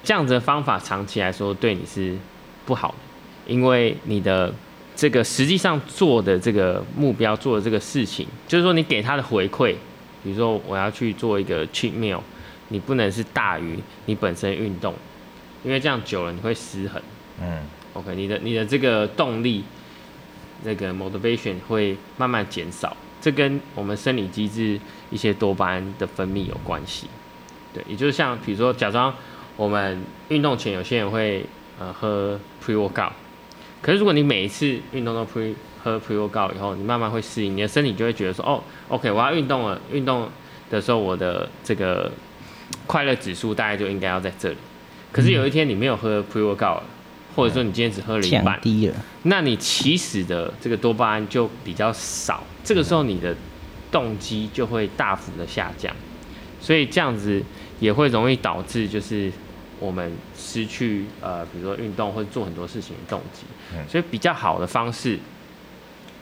[SPEAKER 5] 这样子的方法长期来说对你是不好的，因为你的这个实际上做的这个目标做的这个事情，就是说你给他的回馈，比如说我要去做一个 cheat meal，你不能是大于你本身运动，因为这样久了你会失衡。
[SPEAKER 3] 嗯，
[SPEAKER 5] OK，你的你的这个动力，那个 motivation 会慢慢减少，这跟我们生理机制一些多巴胺的分泌有关系。对，也就是像比如说，假装我们运动前有些人会呃喝 pre workout，可是如果你每一次运动都 pre 喝 pre workout 以后，你慢慢会适应，你的身体就会觉得说，哦，OK，我要运动了，运动的时候我的这个快乐指数大概就应该要在这里。可是有一天你没有喝 pre workout 了，或者说你今天只喝了一半
[SPEAKER 1] 降，低了，
[SPEAKER 5] 那你起始的这个多巴胺就比较少，这个时候你的动机就会大幅的下降，所以这样子也会容易导致就是我们失去呃，比如说运动或者做很多事情的动机
[SPEAKER 3] 嗯。
[SPEAKER 5] 所以比较好的方式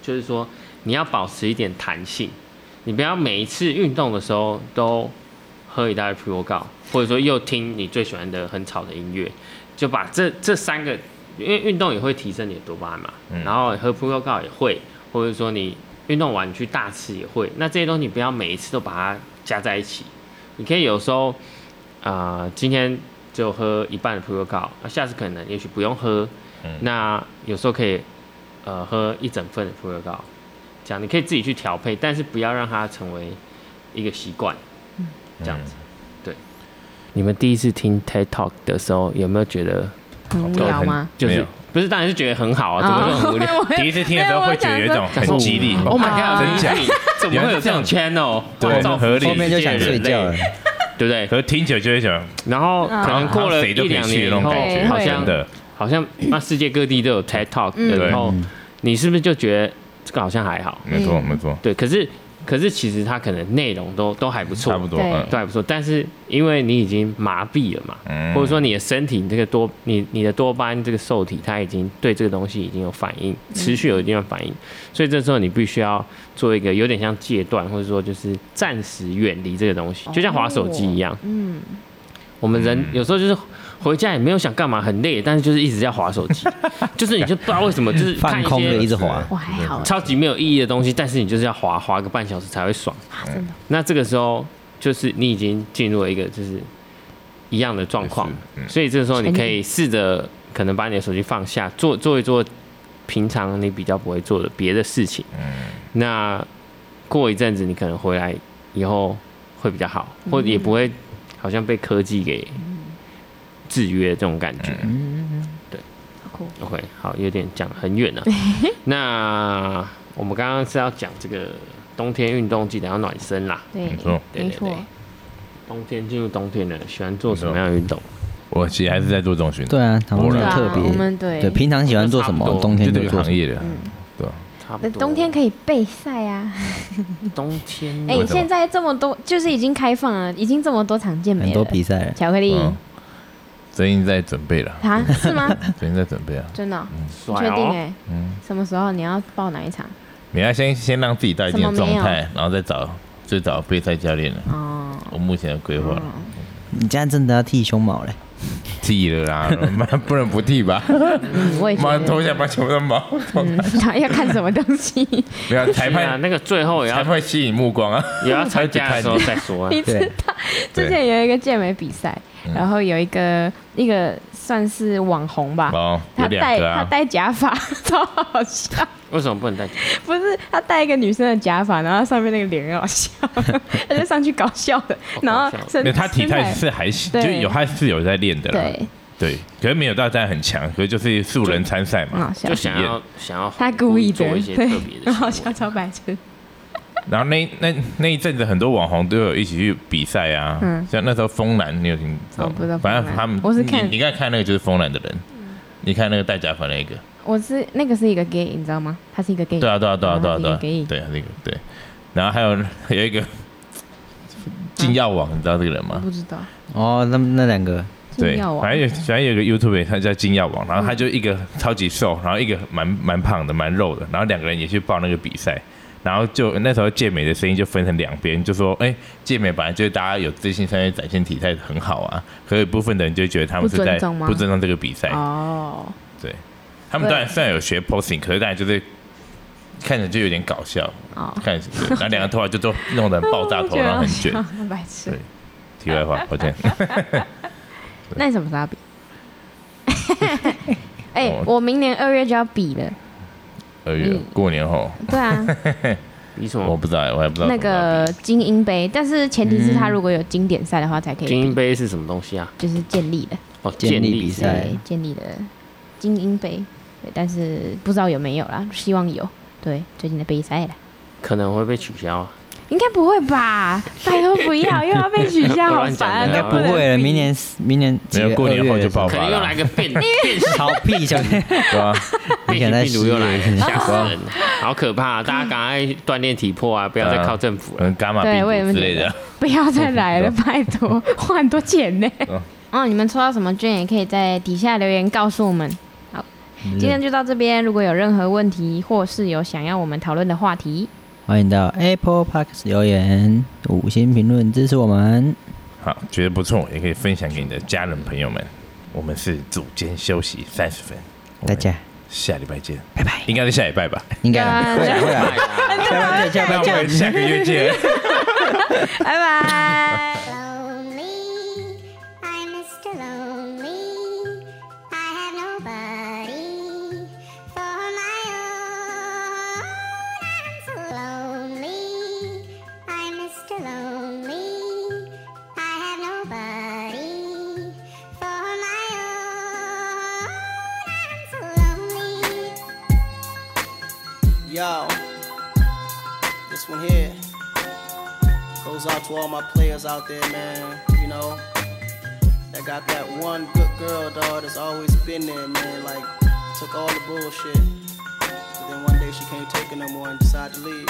[SPEAKER 5] 就是说你要保持一点弹性，你不要每一次运动的时候都喝一大堆 pre workout，或者说又听你最喜欢的很吵的音乐，就把这这三个，因为运动也会提升你的多巴胺嘛，
[SPEAKER 3] 嗯
[SPEAKER 5] 然后喝 pre workout 也会，或者说你运动完你去大吃也会，那这些东西不要每一次都把它加在一起，你可以有时候，啊，今天就喝一半的 pre workout，那啊下次可能也许不用喝，
[SPEAKER 3] 嗯
[SPEAKER 5] 那有时候可以呃喝一整份的 pre workout，这样你可以自己去调配，但是不要让它成为一个习惯，这样子，对。你们第一次听 TED Talk 的时候，有没有觉得
[SPEAKER 4] 很无聊吗？
[SPEAKER 5] 就
[SPEAKER 3] 没
[SPEAKER 5] 是
[SPEAKER 3] 有
[SPEAKER 5] 不是？当然是觉得很好啊，怎么会很
[SPEAKER 4] (laughs)
[SPEAKER 5] 无聊？
[SPEAKER 4] 我也哦
[SPEAKER 3] 第一次听的时候会觉得有一种很激励。
[SPEAKER 5] Oh my
[SPEAKER 3] (laughs)
[SPEAKER 5] god！
[SPEAKER 3] 真假？
[SPEAKER 5] 怎么会有这种 channel？
[SPEAKER 3] 对
[SPEAKER 5] 暴躁
[SPEAKER 3] 合理
[SPEAKER 1] 后面就想睡觉了。
[SPEAKER 5] 对不对？
[SPEAKER 3] 可是听久就会想，
[SPEAKER 5] 然后
[SPEAKER 4] 嗯
[SPEAKER 5] 可能过了一两年以后，
[SPEAKER 3] 好像谁都可
[SPEAKER 4] 以去那种感觉
[SPEAKER 5] 好
[SPEAKER 3] 真
[SPEAKER 5] 像
[SPEAKER 3] 的，
[SPEAKER 5] 好像那世界各地都有 TED Talk，
[SPEAKER 4] 嗯
[SPEAKER 5] 然后
[SPEAKER 1] 嗯
[SPEAKER 5] 你是不是就觉得这个好像还好？
[SPEAKER 3] 没错
[SPEAKER 4] 嗯
[SPEAKER 3] 没错，
[SPEAKER 5] 对，可是可是其实它可能内容都都还不错，
[SPEAKER 3] 差不多，
[SPEAKER 4] 对
[SPEAKER 3] 嗯
[SPEAKER 5] 都还不错，但是因为你已经麻痹了嘛，
[SPEAKER 3] 嗯
[SPEAKER 5] 或者说你的身体你这个多你你的多巴胺这个受体，它已经对这个东西已经有反应，持续有一定的反应，所以这时候你必须要做一个有点像戒断，或者说就是暂时远离这个东西，就像划手机一样，
[SPEAKER 4] 嗯，
[SPEAKER 5] 我们人
[SPEAKER 3] 嗯
[SPEAKER 5] 有时候就是回家也没有想干嘛，很累，但是就是一直在划手机， (laughs) 就是你就不知道为什么，就是看
[SPEAKER 1] 放空
[SPEAKER 5] 一
[SPEAKER 1] 的
[SPEAKER 5] 些
[SPEAKER 1] 一直滑，
[SPEAKER 4] 我还好，
[SPEAKER 5] 超级没有意义的东西，但是你就是要划划个半小时才会爽。
[SPEAKER 4] 啊真的
[SPEAKER 5] 那这个时候就是你已经进入了一个就是一样的状况，
[SPEAKER 3] 也是嗯
[SPEAKER 5] 所以这个时候你可
[SPEAKER 4] 沉
[SPEAKER 5] 以试着可能把你的手机放下，做做一做平常你比较不会做的别的事情。
[SPEAKER 3] 嗯
[SPEAKER 5] 那过一阵子你可能回来以后会比较好，或者也不会好像被科技给制约这种感觉。
[SPEAKER 3] 嗯
[SPEAKER 4] 好酷，
[SPEAKER 5] OK，好，有点讲很远了、那我们刚刚是要讲这个冬天运动，记得要暖身啦。
[SPEAKER 4] 对
[SPEAKER 3] 没错，
[SPEAKER 5] 对
[SPEAKER 4] 没
[SPEAKER 5] 对
[SPEAKER 4] 错
[SPEAKER 5] 对，冬天进入冬天了，喜欢做什么样的运动？
[SPEAKER 3] 我其实还是在做这种训
[SPEAKER 1] 对
[SPEAKER 3] 练，
[SPEAKER 1] 啊，好像
[SPEAKER 3] 对
[SPEAKER 1] 很
[SPEAKER 3] 啊
[SPEAKER 1] 特
[SPEAKER 4] 我
[SPEAKER 1] 别。
[SPEAKER 4] 们对
[SPEAKER 1] 对，平常喜欢做什
[SPEAKER 5] 差
[SPEAKER 1] 么
[SPEAKER 5] 不，多
[SPEAKER 1] 冬
[SPEAKER 3] 就
[SPEAKER 1] 天
[SPEAKER 3] 这
[SPEAKER 1] 就
[SPEAKER 3] 个
[SPEAKER 1] 做
[SPEAKER 3] 行
[SPEAKER 1] 什么。
[SPEAKER 3] 业的，
[SPEAKER 4] 嗯
[SPEAKER 3] 对啊，
[SPEAKER 5] 差不
[SPEAKER 4] 那
[SPEAKER 5] 多。
[SPEAKER 4] 冬天可以备赛啊！
[SPEAKER 5] 冬天
[SPEAKER 1] 嗯
[SPEAKER 4] 哎、
[SPEAKER 3] 为什么
[SPEAKER 4] 现在这么多，就是已经开放了，已经这么多场健美
[SPEAKER 1] 很
[SPEAKER 4] 了。
[SPEAKER 1] 多比赛了，
[SPEAKER 4] 巧克力
[SPEAKER 3] 嗯，最近在准备了，
[SPEAKER 4] 啊？是吗？ (laughs)
[SPEAKER 3] 最近在准备啊，
[SPEAKER 4] 真的哦、
[SPEAKER 5] 帅
[SPEAKER 4] 确定
[SPEAKER 5] 哦
[SPEAKER 4] 哎、
[SPEAKER 3] 嗯，
[SPEAKER 4] 什么时候你要报哪一场？
[SPEAKER 3] 你要先先让自己到一定的
[SPEAKER 4] 什么哦没
[SPEAKER 3] 状
[SPEAKER 4] 有
[SPEAKER 3] 态，然后再找再找备赛教练了。
[SPEAKER 4] 哦，
[SPEAKER 3] 我目前的规划了，
[SPEAKER 1] 你家真的要剃胸毛嘞？
[SPEAKER 3] 剃了啦， (laughs) 妈不能不剃
[SPEAKER 4] (laughs)
[SPEAKER 3] 吧？
[SPEAKER 4] 嗯，我也觉
[SPEAKER 3] 妈
[SPEAKER 4] 得，
[SPEAKER 3] 头下把全部都毛，
[SPEAKER 4] 嗯，他 (laughs) 要看什么东西？
[SPEAKER 3] 没有裁
[SPEAKER 5] (laughs) 是啊
[SPEAKER 3] 判
[SPEAKER 5] 那个最后也
[SPEAKER 3] 裁
[SPEAKER 5] 要
[SPEAKER 3] 判吸引目光
[SPEAKER 5] (laughs)
[SPEAKER 3] 啊。
[SPEAKER 5] 也要参加的时候再
[SPEAKER 4] (laughs)
[SPEAKER 5] 说啊。
[SPEAKER 4] 你知
[SPEAKER 1] 对
[SPEAKER 4] 道之前有一个健美比赛，
[SPEAKER 3] 嗯
[SPEAKER 4] 然后有一个一个算是网红吧，
[SPEAKER 3] 哦，有
[SPEAKER 4] 他
[SPEAKER 3] 两
[SPEAKER 4] 戴
[SPEAKER 3] 个
[SPEAKER 4] 他
[SPEAKER 3] 啊，
[SPEAKER 4] 戴假发， (laughs) 超好笑。
[SPEAKER 5] 为什么不能戴？
[SPEAKER 4] 不是，他戴一个女生的假发，然后上面那个脸很好笑， (laughs) 他就上去搞笑的，然后 (laughs) 身
[SPEAKER 3] 哦没有他体态
[SPEAKER 4] 身
[SPEAKER 3] 是还行，就
[SPEAKER 4] 对
[SPEAKER 3] 有他是有在练的啦。
[SPEAKER 4] 对，
[SPEAKER 3] 对，可是没有到这样很强，可是就是素人参赛嘛
[SPEAKER 4] 很嗯好。笑
[SPEAKER 5] 就，想要想要
[SPEAKER 4] 他故意的
[SPEAKER 5] 做一些，特
[SPEAKER 4] 对
[SPEAKER 5] 别，的
[SPEAKER 4] 很好
[SPEAKER 5] 行
[SPEAKER 4] 笑，
[SPEAKER 5] 为
[SPEAKER 4] 超白痴。
[SPEAKER 3] 然后那那那一阵子，很多网红都有一起去比赛啊。
[SPEAKER 4] 嗯
[SPEAKER 3] 像那时候风男，你有听到
[SPEAKER 4] 哦
[SPEAKER 3] 吗
[SPEAKER 4] 不知道
[SPEAKER 3] 反
[SPEAKER 4] 风
[SPEAKER 3] 正
[SPEAKER 4] 男
[SPEAKER 3] 他们，
[SPEAKER 4] 我是
[SPEAKER 3] 你
[SPEAKER 4] 看
[SPEAKER 3] 你刚才看那个就是风男的人，你看那个戴假发那个，
[SPEAKER 4] 我是那个是一个 gay，你知道吗？他是一个 gay，
[SPEAKER 3] 对啊对啊对啊对啊对啊，
[SPEAKER 4] gay，
[SPEAKER 3] 对那个对。然后还有 (laughs) 有一个禁药王，你知道这个人吗？
[SPEAKER 4] 不知道
[SPEAKER 1] 哦，那那两个
[SPEAKER 3] 对
[SPEAKER 4] 禁药，王嗯
[SPEAKER 3] 反正有反正有个 YouTube 他叫金药王，然后他就一个超级瘦，然后一个蛮蛮胖的，蛮肉的，然后两个人也去报那个比赛，然后就那时候健美的声音就分成两边，就说哎、健美本来就是大家有自信，上面展现体态很好啊，可有一部分的人就觉得他们是
[SPEAKER 4] 不尊
[SPEAKER 3] 在
[SPEAKER 4] 重吗
[SPEAKER 3] 不尊重这个比赛，
[SPEAKER 4] 哦，
[SPEAKER 3] 对他们当然虽然有学 posing，可是当然就是看着就有点搞笑，
[SPEAKER 4] 哦
[SPEAKER 3] 看着对然后两个头发就都弄得很爆
[SPEAKER 4] (laughs)
[SPEAKER 3] 炸头，然后很卷。
[SPEAKER 4] 很白痴
[SPEAKER 3] 对。题外话，
[SPEAKER 4] (laughs)
[SPEAKER 3] 抱歉。
[SPEAKER 4] 那你什么时
[SPEAKER 3] (laughs)
[SPEAKER 4] 候要比？ (laughs) 哎、
[SPEAKER 3] 哦
[SPEAKER 4] 我明年二月就要比了。
[SPEAKER 3] 二月
[SPEAKER 4] 嗯
[SPEAKER 3] 过年后，
[SPEAKER 1] (laughs)
[SPEAKER 4] 对啊，
[SPEAKER 5] 你什
[SPEAKER 3] 我
[SPEAKER 5] 么
[SPEAKER 3] 不知道欸，我还不知道
[SPEAKER 4] 那
[SPEAKER 3] 怎么到
[SPEAKER 4] 个
[SPEAKER 3] 底
[SPEAKER 4] 精英杯，但是前提是他如果有经典赛的话才可以
[SPEAKER 5] 精
[SPEAKER 4] 比，
[SPEAKER 5] 英杯是什么东西啊？
[SPEAKER 4] 就是建立的，
[SPEAKER 5] 哦，
[SPEAKER 1] 建立比赛
[SPEAKER 4] 对，建立的精英杯。对，但是不知道有没有啦，希望有。对，最近的杯赛啦，
[SPEAKER 5] 可能会被取消啊。
[SPEAKER 4] 应该不会吧？拜托不要，又要被取消，好
[SPEAKER 5] 我乱讲
[SPEAKER 4] 烦。
[SPEAKER 1] (laughs) 应
[SPEAKER 5] 的
[SPEAKER 1] 该
[SPEAKER 4] 都
[SPEAKER 1] 不
[SPEAKER 4] 能
[SPEAKER 1] 会了，
[SPEAKER 4] 比
[SPEAKER 1] 明年明年几
[SPEAKER 3] 没
[SPEAKER 1] 月
[SPEAKER 3] 有过年后
[SPEAKER 1] 二月的
[SPEAKER 3] 就爆
[SPEAKER 5] 可
[SPEAKER 3] 发
[SPEAKER 5] 能又来个
[SPEAKER 4] (laughs)
[SPEAKER 5] 变变
[SPEAKER 1] 时候逃避小心，
[SPEAKER 3] 对啊，
[SPEAKER 1] 你可能在
[SPEAKER 5] 变病毒又来
[SPEAKER 1] 十
[SPEAKER 5] 了，
[SPEAKER 1] 月
[SPEAKER 5] 吓死
[SPEAKER 4] (laughs)
[SPEAKER 5] 人了，好可怕啊！大家赶快锻炼体魄啊，不要再靠政府
[SPEAKER 3] 可
[SPEAKER 5] 了。
[SPEAKER 3] 能嗯伽马
[SPEAKER 4] 对，我也
[SPEAKER 3] 病毒之
[SPEAKER 4] 觉
[SPEAKER 3] 类
[SPEAKER 4] 得
[SPEAKER 3] 的。
[SPEAKER 4] (laughs) 不要再
[SPEAKER 3] (laughs)
[SPEAKER 4] 来了，拜托，花很多钱呢
[SPEAKER 3] 嗯。
[SPEAKER 4] 哦，你们抽到什么券也可以在底下留言告诉我们。好，
[SPEAKER 3] 嗯
[SPEAKER 4] 今天就到这边。如果有任何问题，或是有想要我们讨论的话题，
[SPEAKER 1] 欢迎到 Apple Park 留言、五星评论支持我们。
[SPEAKER 3] 好，觉得不错，也可以分享给你的家人朋友们。我们是组间休息三十分，我
[SPEAKER 1] 大
[SPEAKER 3] 们
[SPEAKER 1] 家
[SPEAKER 3] 下礼拜见，
[SPEAKER 1] 拜拜，
[SPEAKER 3] 应该是下礼拜吧？
[SPEAKER 1] 应该啦
[SPEAKER 4] 对
[SPEAKER 1] 会
[SPEAKER 3] 啊
[SPEAKER 1] 啦会啦，
[SPEAKER 5] 哎呀
[SPEAKER 1] 下班见，
[SPEAKER 3] (laughs)
[SPEAKER 1] 下班见。
[SPEAKER 3] 我们下个月见。
[SPEAKER 4] (laughs) 拜拜。
[SPEAKER 6] Lonely, I'm Mr. Lonely. I have nobody for my own. I'm so lonely. I'm Mr. Lonely. I have nobody for my own. I'm so lonely.
[SPEAKER 7] Yo, this one here goes out to all my players out there, man. You know, that got that one good girl, dog, that's always been there, man. Like, took all the bullshit. But then one day she can't take it no more and decided to leave.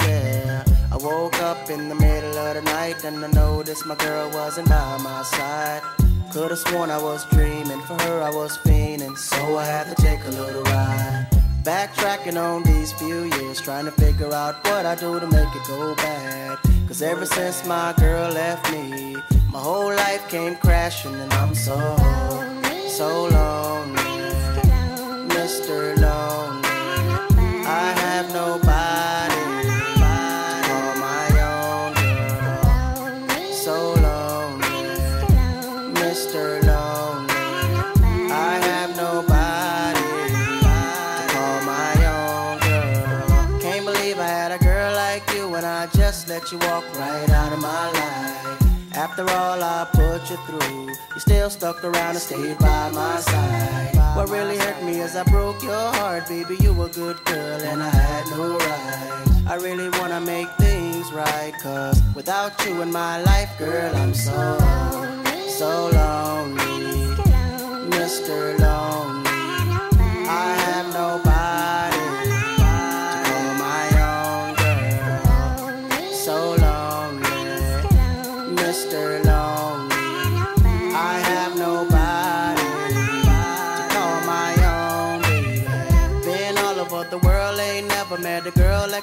[SPEAKER 7] Yeah, I woke up in the middle of the night and I noticed my girl wasn't by my side. Could've sworn I was dreaming, for her I was fiending, so I had to take a little ride. Backtracking on these few years, trying to figure out what I do to make it go bad. Cause ever since my girl left me, my whole life came crashing and I'm so, so lonely.
[SPEAKER 6] Mr. Lonely,
[SPEAKER 7] Mr. Lonely.
[SPEAKER 6] nobody.
[SPEAKER 7] I have nobody to call my own girl.
[SPEAKER 6] Lonely,
[SPEAKER 7] So lonely,
[SPEAKER 6] Mr. Lonely.
[SPEAKER 7] Mr. Lonely. I have nobody to call my own girl. Can't believe I had a girl like you and I just let you walk right out of my life. After all I put you through, you still stuck around and stayed by my side. What really hurt me is I broke your heart, baby. You a good girl and I had no right. I really wanna make things right, cause without you in my life, girl, I'm so, so lonely. Mr. Lonely. I have nobody to call my own girl. So lonely, Mr. Lonely. I have nobody to call my own. baby. Been all over the world, ain't never met a girl that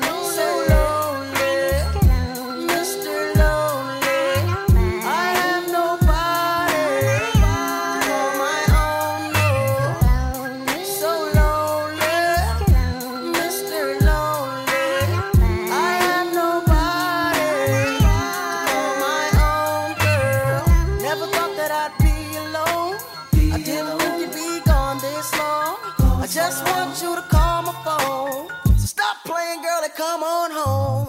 [SPEAKER 7] So lonely. Mr. Lonely. I have nobody for my own, no. So lonely, Mr. Lonely. I have nobody for my own, girl. Never thought that I'd be alone. I didn't think you'd be gone this long. I just want you to call my phone. So stop playing, girl, and come on home.